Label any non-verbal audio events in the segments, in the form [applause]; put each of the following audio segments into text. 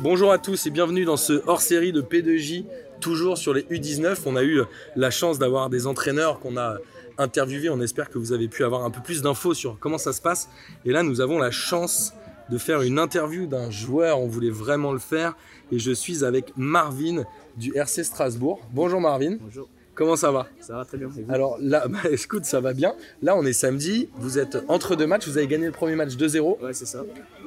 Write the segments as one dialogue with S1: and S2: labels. S1: Bonjour à tous et bienvenue dans ce hors-série de P2J, toujours sur les U19. On a eu la chance d'avoir des entraîneurs qu'on a interviewés. On espère que vous avez pu avoir un peu plus d'infos sur comment ça se passe. Et là, nous avons la chance de faire une interview d'un joueur. On voulait vraiment le faire. Et je suis avec Marvin du RC Strasbourg. Bonjour Marvin.
S2: Bonjour,
S1: Comment ça va
S2: ça va très bien. et vous
S1: Alors là, bah, écoute, ça va bien. Là, on est samedi. Vous êtes entre deux matchs. Vous avez gagné le premier match 2-0.
S2: Ouais, c'est ça.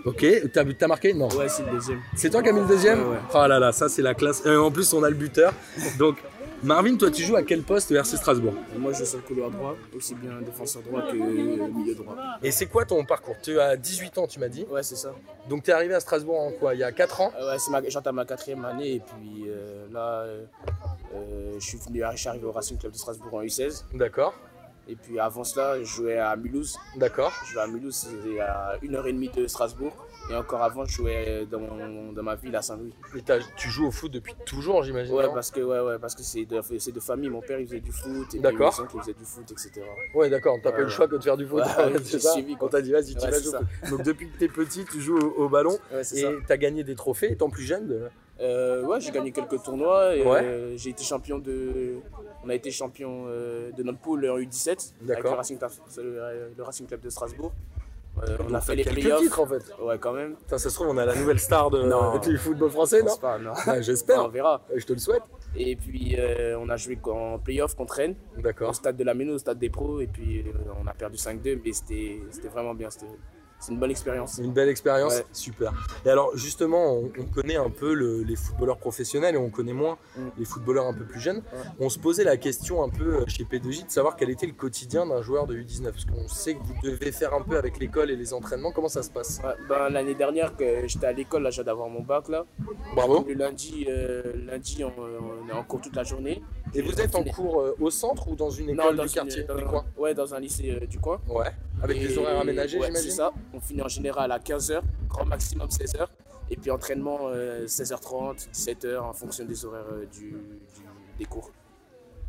S1: Ok. T'as t'as marqué Non.
S2: Ouais, c'est le deuxième.
S1: C'est toi qui as mis le deuxième
S2: Ouais, ouais.
S1: Oh là là, ça c'est la classe. Et en plus, on a le buteur. Donc, Marvin, toi, tu joues à quel poste au RC Strasbourg
S2: Et Moi, je joue sur le couloir droit, aussi bien défenseur droit que milieu droit.
S1: Et c'est quoi ton parcours Tu as 18 ans, tu m'as dit.
S2: Ouais, c'est ça.
S1: Donc, tu es arrivé à Strasbourg en quoi Il y a 4 ans
S2: Ah Ouais, c'est ma... J'entame ma quatrième année et puis euh, là, euh, euh, je suis venu je suis arrivé au Racing Club de Strasbourg en U16.
S1: D'accord,
S2: Et puis avant cela, je jouais à Mulhouse.
S1: d'accord.
S2: Je jouais à Mulhouse, c'était à une heure et demie de Strasbourg. Et encore avant, je jouais dans, mon- dans ma ville à Saint-Louis.
S1: Et t'as- tu joues au foot depuis toujours, j'imagine.
S2: Ouais, bah.
S1: non
S2: parce que ouais, ouais, parce que c'est de, c'est de famille. Mon père, il faisait du foot. et puis
S1: D'accord.
S2: Mes oncles, ils faisaient du foot, etc.
S1: Ouais, d'accord. T'as pas eu le
S2: Ouais.
S1: choix que de faire du foot. hein,
S2: Ouais,
S1: c'est
S2: j'ai
S1: ça
S2: suivi,
S1: On
S2: quoi.
S1: t'a dit, vas-y, tu
S2: Ouais,
S1: vas
S2: c'est
S1: jouer. au
S2: ça.
S1: foot. Donc, depuis que t'es petit, tu joues au, au ballon.
S2: Ouais, c'est
S1: Et
S2: ça.
S1: t'as gagné des trophées étant plus jeune. de-
S2: Euh, ouais, j'ai gagné quelques tournois. et,
S1: Ouais.
S2: euh, j'ai été champion de. On a été champion euh, de notre pool en U17 avec le
S1: D'accord.
S2: Racing, Club- le, le Racing Club de Strasbourg. Euh, on
S1: Donc,
S2: a
S1: t'as
S2: fait les
S1: quelques
S2: playoffs.
S1: titres hein. en fait.
S2: Ouais, quand même.
S1: Putain, ça se trouve, on a la nouvelle star de,
S2: Non.
S1: du football français,
S2: Je pense
S1: non
S2: pas, non.
S1: Ah, [laughs]
S2: on
S1: J'espère.
S2: verra.
S1: Je te le souhaite.
S2: Et puis euh, on a joué en playoff contre Rennes, au
S1: D'accord.
S2: stade de la Méno, au stade des pros. Et puis euh, on a perdu 5-2, mais c'était c'était vraiment bien. c'était- C'est une bonne expérience.
S1: C'est une belle expérience,
S2: Ouais.
S1: super. Et alors justement, on, on connaît un peu le- les footballeurs professionnels et on connaît moins
S2: Mm.
S1: les footballeurs un peu plus jeunes.
S2: Ouais.
S1: On se posait la question un peu euh, chez P2J de savoir quel était le quotidien d'un joueur de U19. Parce qu'on sait que vous devez faire un peu avec l'école et les entraînements. Comment ça se passe
S2: Ouais, ben, L'année dernière, que j'étais à l'école, là, j'ai d'avoir mon bac. là.
S1: Bravo.
S2: Le lundi, euh, lundi on, on est en cours toute la journée.
S1: Et vous êtes en cours euh, au centre ou dans une
S2: Non,
S1: école
S2: dans
S1: du
S2: une-
S1: quartier
S2: dans
S1: du
S2: un-
S1: coin
S2: Ouais, dans un lycée euh, du coin.
S1: Ouais. Avec
S2: Et-
S1: des horaires aménagés,
S2: ouais,
S1: j'imagine
S2: C'est ça. On finit en général à 15h, grand maximum 16h. Et puis entraînement euh, 16h30, 17h en fonction des horaires euh, du, du- des cours.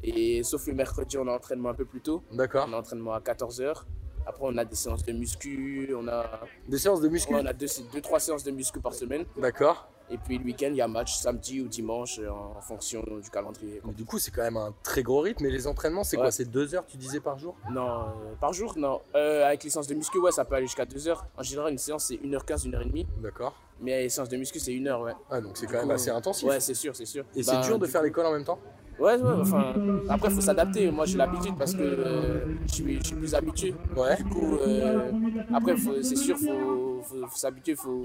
S2: Et sauf le mercredi, on a entraînement un peu plus tôt.
S1: D'accord.
S2: On a entraînement à 14h. Après, on a des séances de muscu. On a,
S1: Des séances de muscu
S2: on a deux, deux, trois séances de muscu par semaine.
S1: D'accord.
S2: Et puis le week-end, il y a match samedi ou dimanche euh, en fonction du calendrier. quoi.
S1: Mais du coup, c'est quand même un très gros rythme. Et les entraînements, c'est
S2: Ouais.
S1: quoi C'est deux heures, tu disais, par jour
S2: Non, euh, par jour, non. Euh, avec les séances de muscu, ouais, ça peut aller jusqu'à 2h. En général, une séance, c'est 1h15, 1h30.
S1: D'accord.
S2: Mais les séances de muscu, c'est 1h, ouais.
S1: Ah, donc c'est
S2: Du
S1: quand même
S2: coup,
S1: assez intensif.
S2: Ouais, c'est sûr, c'est sûr.
S1: Et
S2: Bah,
S1: c'est dur de
S2: du
S1: faire
S2: coup-
S1: l'école en même temps
S2: Ouais, ouais, enfin. Après, faut s'adapter. Moi, j'ai l'habitude parce que euh, je suis je suis plus habitué.
S1: Ouais.
S2: Du coup, euh, après, faut- c'est sûr, faut, faut, faut s'habituer, faut,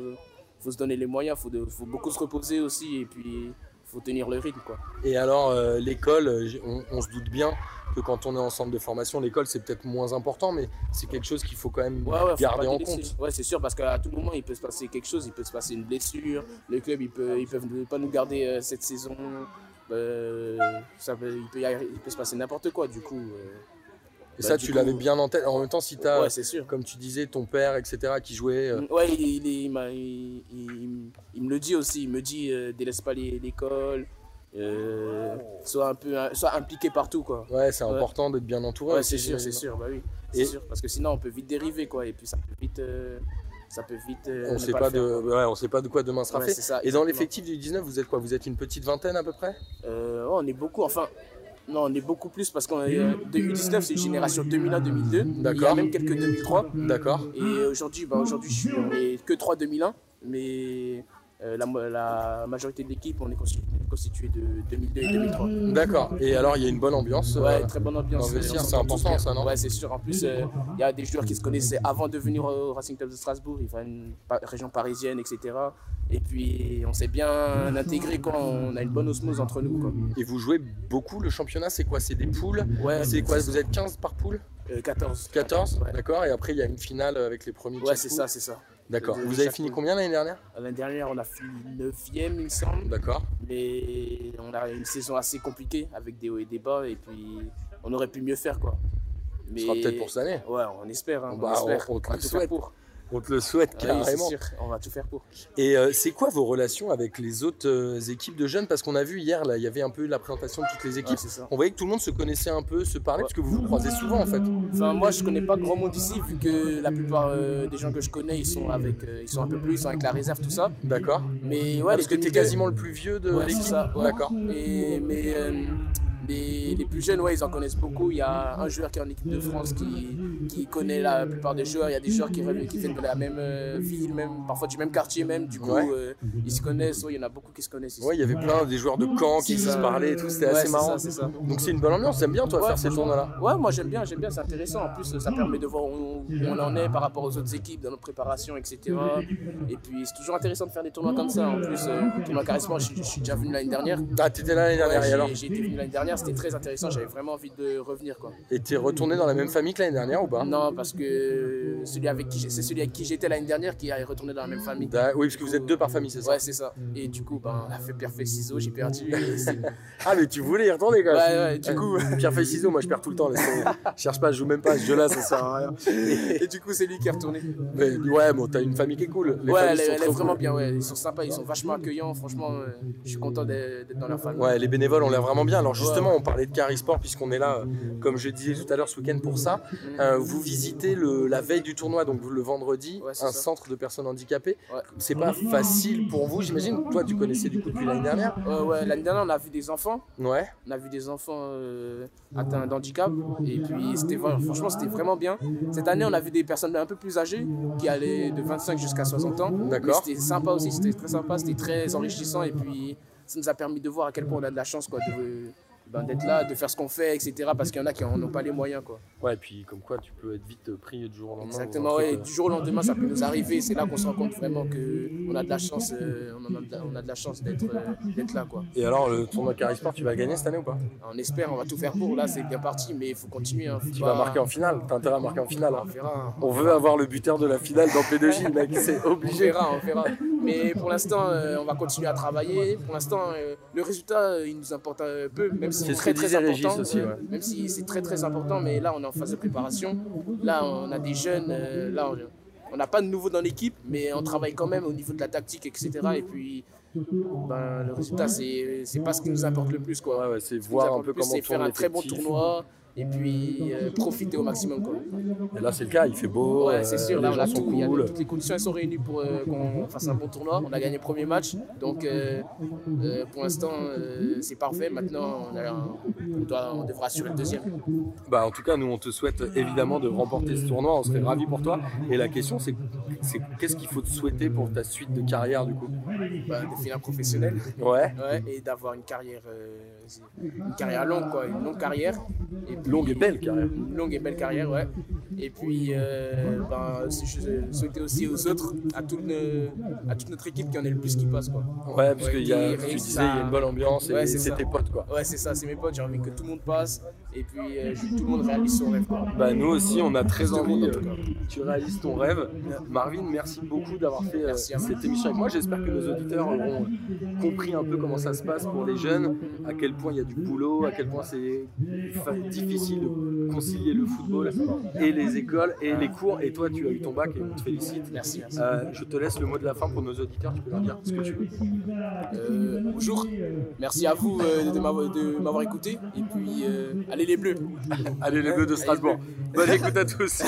S2: faut se donner les moyens, faut, de- faut beaucoup se reposer aussi. Et puis, faut tenir le rythme, quoi.
S1: Et alors, euh, l'école, euh, j'ai- on, on se doute bien que quand on est en centre de formation, l'école, c'est peut-être moins important, mais c'est quelque chose qu'il faut quand même
S2: Ouais, ouais, faut
S1: garder
S2: pas
S1: en
S2: délaisser.
S1: compte.
S2: Ouais, c'est sûr, parce qu'à tout moment, il peut se passer quelque chose, il peut se passer une blessure. Le club, ils peuvent, ils peuvent ne pas nous garder euh, cette saison. Euh, ça peut, il, peut y arri- il peut se passer n'importe quoi, du coup. euh,
S1: Et
S2: Bah,
S1: ça,
S2: du
S1: tu
S2: coup-
S1: l'avais bien en tête. En même temps, si tu as,
S2: ouais, c'est sûr.
S1: comme tu disais, ton père, etc., qui jouait. euh,
S2: Ouais, il, il, il m'a- il- il- il me le dit aussi. Il me dit, euh, délaisse pas les- l'école. Euh, sois un peu, sois impliqué partout, quoi.
S1: Ouais, c'est
S2: Mm. Ouais.
S1: important d'être bien entouré.
S2: Ouais,
S1: aussi,
S2: c'est sûr, c'est
S1: j'imagine.
S2: sûr, bah oui.
S1: Et-
S2: C'est sûr, parce que sinon, on peut vite dériver, quoi. Et puis, ça peut vite, euh, ça peut vite. euh,
S1: On
S2: ne
S1: sait
S2: le
S1: pas,
S2: faire,
S1: de,
S2: quoi.
S1: ouais, on sait pas de quoi demain sera
S2: Ouais,
S1: fait.
S2: c'est ça,
S1: Et dans
S2: exactement.
S1: l'effectif du 19, vous êtes quoi Vous êtes une petite vingtaine à peu près
S2: Euh, ouais, on est beaucoup, enfin, non, on est beaucoup plus parce qu'on est euh, de U19, c'est une génération 2001-2002. Il y
S1: D'accord.
S2: a même quelques 2003.
S1: D'accord.
S2: Et aujourd'hui, bah, aujourd'hui, je suis, on est que 3 2001, mais euh, la, mo- la majorité de l'équipe, on est constitué, constitué de 2002 et 2003.
S1: D'accord. Et alors, il y a une bonne ambiance. euh,
S2: Mm. Ouais, très bonne ambiance.
S1: Investir,
S2: On
S1: c'est
S2: s'entend
S1: important,
S2: tous bien.
S1: ça, non
S2: Ouais, c'est sûr. En plus, euh, il y a des joueurs qui se connaissaient avant de venir au Racing Club de Strasbourg. Ils viennent de région parisienne, etc. Et puis, on s'est bien intégré quand on a une bonne osmose entre nous. Quoi.
S1: Et vous jouez beaucoup le championnat C'est quoi C'est des poules
S2: Ouais,
S1: C'est quoi Vous êtes 15 par poule
S2: euh, 14.
S1: 14
S2: Ouais.
S1: D'accord. Et après, il y a une finale avec les premiers de
S2: Ouais,
S1: chaque
S2: c'est
S1: poule.
S2: ça, c'est ça.
S1: D'accord.
S2: De- de
S1: Vous avez
S2: chaque
S1: fini
S2: poule.
S1: combien l'année dernière
S2: L'année dernière, on a fini 9ème, il me semble.
S1: D'accord.
S2: Mais on a une saison assez compliquée avec des hauts et des bas. Et puis, on aurait pu mieux faire, quoi. Mais...
S1: Ce sera peut-être pour cette année.
S2: Ouais, on espère. hein,
S1: Bah,
S2: on espère.
S1: on- on te
S2: va
S1: le
S2: tout
S1: souhaite.
S2: faire pour.
S1: On te le souhaite
S2: Oui, c'est
S1: carrément.
S2: sûr, on va tout faire pour.
S1: Et euh, c'est quoi vos relations avec les autres euh, équipes de jeunes Parce qu'on a vu hier, là, il y avait un peu la présentation de toutes les
S2: Ouais,
S1: équipes.
S2: c'est ça.
S1: On voyait que tout le monde se connaissait un peu, se parlait,
S2: Ouais.
S1: parce que vous vous croisez souvent en fait.
S2: Enfin, moi, je connais pas grand monde ici, vu que la plupart euh, des gens que je connais, ils sont avec, euh, ils sont un peu plus, ils sont avec la réserve, tout ça.
S1: D'accord Ouais,
S2: Mais ouais, les
S1: Parce que t'es
S2: comités-
S1: quasiment le plus vieux de
S2: Ouais, c'est
S1: l'équipe.
S2: ça, ouais.
S1: D'accord.
S2: Et, mais euh, les, les plus jeunes, ouais, ils en connaissent beaucoup. Il y a un joueur qui est en équipe de France qui, qui connaît la plupart des joueurs. Il y a des joueurs qui, reviennent- qui viennent de la même euh, ville, même, parfois du même quartier même. Du coup,
S1: Ouais.
S2: euh, ils se connaissent. Ouais, il y en a beaucoup qui se connaissent. ici.
S1: Ouais, il y avait plein des joueurs de camp qui
S2: C'est
S1: se
S2: ça.
S1: parlaient et tout, c'était
S2: Ouais,
S1: assez
S2: c'est
S1: marrant.
S2: ça, c'est ça.
S1: Donc c'est une bonne ambiance, j'aime bien toi
S2: Ouais,
S1: faire ces
S2: franchement.
S1: tournois-là.
S2: Ouais, moi j'aime bien, j'aime bien, c'est intéressant. En plus, ça permet de voir où où on en est par rapport aux autres équipes, dans nos préparations, etc. Et puis, c'est toujours intéressant de faire des tournois comme ça. En plus, euh, le tournoi Carisma, je, je suis déjà venu l'année dernière.
S1: Ah, t'étais là l'année dernière
S2: Ouais,
S1: et
S2: j'ai-
S1: alors
S2: J'ai été venu l'année dernière, c'était très intéressant, j'avais vraiment envie de revenir. quoi.
S1: Et t'es retourné dans la même famille que l'année dernière ou pas
S2: Non, parce que celui avec qui j'ai- c'est celui avec qui j'étais l'année dernière qui est retourné dans la même famille.
S1: Da- Oui, parce que vous êtes deux par famille, c'est ça
S2: Ouais, c'est ça. Et du coup, ben, on a fait perfect ciseaux, j'ai perdu. et
S1: [laughs]
S2: c'est-
S1: Ah, mais tu voulais y retourner quand même
S2: Ouais, ouais, du
S1: Du
S2: coup. euh,
S1: coup, Pierre feuille ciseaux, moi je perds tout le temps. laisse tomber. Je cherche pas, je joue même pas à ce jeu-là, ça sert
S2: [laughs]
S1: à rien.
S2: Et du coup, c'est lui qui est retourné.
S1: Mais ouais, bon, t'as une famille qui est cool. Les
S2: ouais,
S1: familles
S2: elle,
S1: sont
S2: elle est
S1: trop
S2: vraiment
S1: cool.
S2: bien, ouais. Ils sont sympas, ils sont vachement accueillants. Franchement, euh, je suis content d'être d'être dans leur famille.
S1: Ouais, les bénévoles ont l'air vraiment bien. Alors justement,
S2: Ouais,
S1: on parlait de Carisport puisqu'on est là, euh, comme je disais tout à l'heure ce week-end pour ça.
S2: Mhm.
S1: Euh, vous visitez le, la veille du tournoi, donc le vendredi,
S2: Ouais, c'est
S1: un
S2: ça.
S1: centre de personnes handicapées.
S2: Ouais.
S1: C'est pas facile pour vous, j'imagine. Toi, tu connaissais du coup depuis l'année dernière.
S2: Euh, ouais, l'année dernière, on a vu des enfants.
S1: Ouais.
S2: On a vu des enfants euh, atteints d'handicap. Et puis, c'était vra- franchement, c'était vraiment bien. Cette année, on a vu des personnes un peu plus âgées qui allaient de 25 jusqu'à 60 ans.
S1: D'accord.
S2: Mais C'était sympa aussi, c'était très sympa, c'était très enrichissant. Et puis, ça nous a permis de voir à quel point on a de la chance quoi, de- ben, d'être là, de faire ce qu'on fait, etc. Parce qu'il y en a qui n'en ont pas les moyens. Quoi.
S1: Ouais, et puis comme quoi, tu peux être vite pris du jour au lendemain.
S2: Exactement, ouais.
S1: euh.
S2: du jour au lendemain, ça peut nous arriver. C'est là qu'on se rend compte vraiment qu'on a de la chance, euh, on, en a de la, on a de la chance d'être euh, d'être là. Quoi.
S1: Et alors, le tournoi Carisport, tu vas gagner cette année ou pas
S2: On espère, on va tout faire pour. Là, c'est bien parti, mais il faut continuer. hein. Faut
S1: Tu
S2: pas-
S1: vas marquer en finale. T'as intérêt à marquer en finale. hein.
S2: On verra, hein.
S1: On veut avoir le buteur de la finale dans P2J, mec, c'est
S2: on
S1: obligé.
S2: verra, on verra. Mais pour l'instant, euh, on va continuer à travailler. Pour l'instant, euh, le résultat, euh, il nous importe euh, peu, même
S1: C'est
S2: si c'est
S1: ce que
S2: très très
S1: disait Régis
S2: important. euh,
S1: aussi, ouais.
S2: Même si c'est très très important, mais là, on est en phase de préparation. Là, on a des jeunes. euh, là, on- on n'a pas de nouveaux dans l'équipe, mais on travaille quand même au niveau de la tactique, etc. Et puis, ben, le résultat, c'est c'est pas ce qui nous importe le plus, quoi.
S1: Ouais, ouais, c'est
S2: Ce qui
S1: voir
S2: nous
S1: un
S2: importe
S1: peu
S2: le plus,
S1: comment
S2: c'est faire
S1: tourne
S2: un très bon
S1: l'effectif.
S2: tournoi. Et puis euh, profiter au maximum. Quoi.
S1: Et là, c'est le cas, il fait beau.
S2: ouais, c'est sûr,
S1: euh,
S2: là
S1: les
S2: on a
S1: gens sont
S2: tout. il y a-
S1: cool.
S2: toutes les conditions elles sont réunies pour euh, qu'on fasse un bon tournoi. On a gagné le premier match, donc euh, euh, pour l'instant euh, c'est parfait. Maintenant on, a un- on doit- on devra assurer le deuxième.
S1: Bah, en tout cas, nous, on te souhaite évidemment de remporter ce tournoi. On serait ravis pour toi. Et la question, c'est c'est qu'est-ce qu'il faut te souhaiter pour ta suite de carrière, du coup
S2: Bah, de finir professionnel
S1: Ouais.
S2: ouais, et d'avoir une carrière, euh, une carrière longue, quoi, une longue carrière. Et puis-
S1: Longue et belle carrière.
S2: Une longue et belle carrière, ouais. Et puis, euh, ben, je souhaitais aussi aux autres, à toute, ne- à toute notre équipe, qu'il y en ait le plus qui passe. Quoi.
S1: Ouais, parce que
S2: Ouais,
S1: il y a,
S2: et-
S1: tu
S2: et
S1: disais,
S2: ça-
S1: il y a une bonne ambiance et
S2: Ouais, c'est
S1: c'est
S2: ça.
S1: tes potes, quoi.
S2: Ouais, c'est ça, c'est mes potes, j'ai envie que tout le monde passe et puis euh, je veux que tout le monde réalise son rêve. quoi.
S1: Bah, nous aussi, on a très
S2: Tout le
S1: envie
S2: monde, en
S1: euh,
S2: tout cas.
S1: que tu réalises ton rêve. Marvin, merci beaucoup d'avoir fait euh,
S2: Merci à vous.
S1: cette émission avec moi. J'espère que nos auditeurs auront compris un peu comment ça se passe pour les jeunes, à quel point il y a du boulot, à quel point c'est fa- difficile de concilier le football et les écoles et les cours. Et toi, tu as eu ton bac et on te félicite.
S2: Merci, merci.
S1: Euh, je te laisse le mot de la fin pour nos auditeurs. Tu peux leur dire ce que tu veux.
S2: Euh, bonjour, merci à vous euh, de m'avoir- de m'avoir écouté et puis euh, allez les bleus
S1: Allez, les Bleus de Strasbourg. Bonne écoute à tous.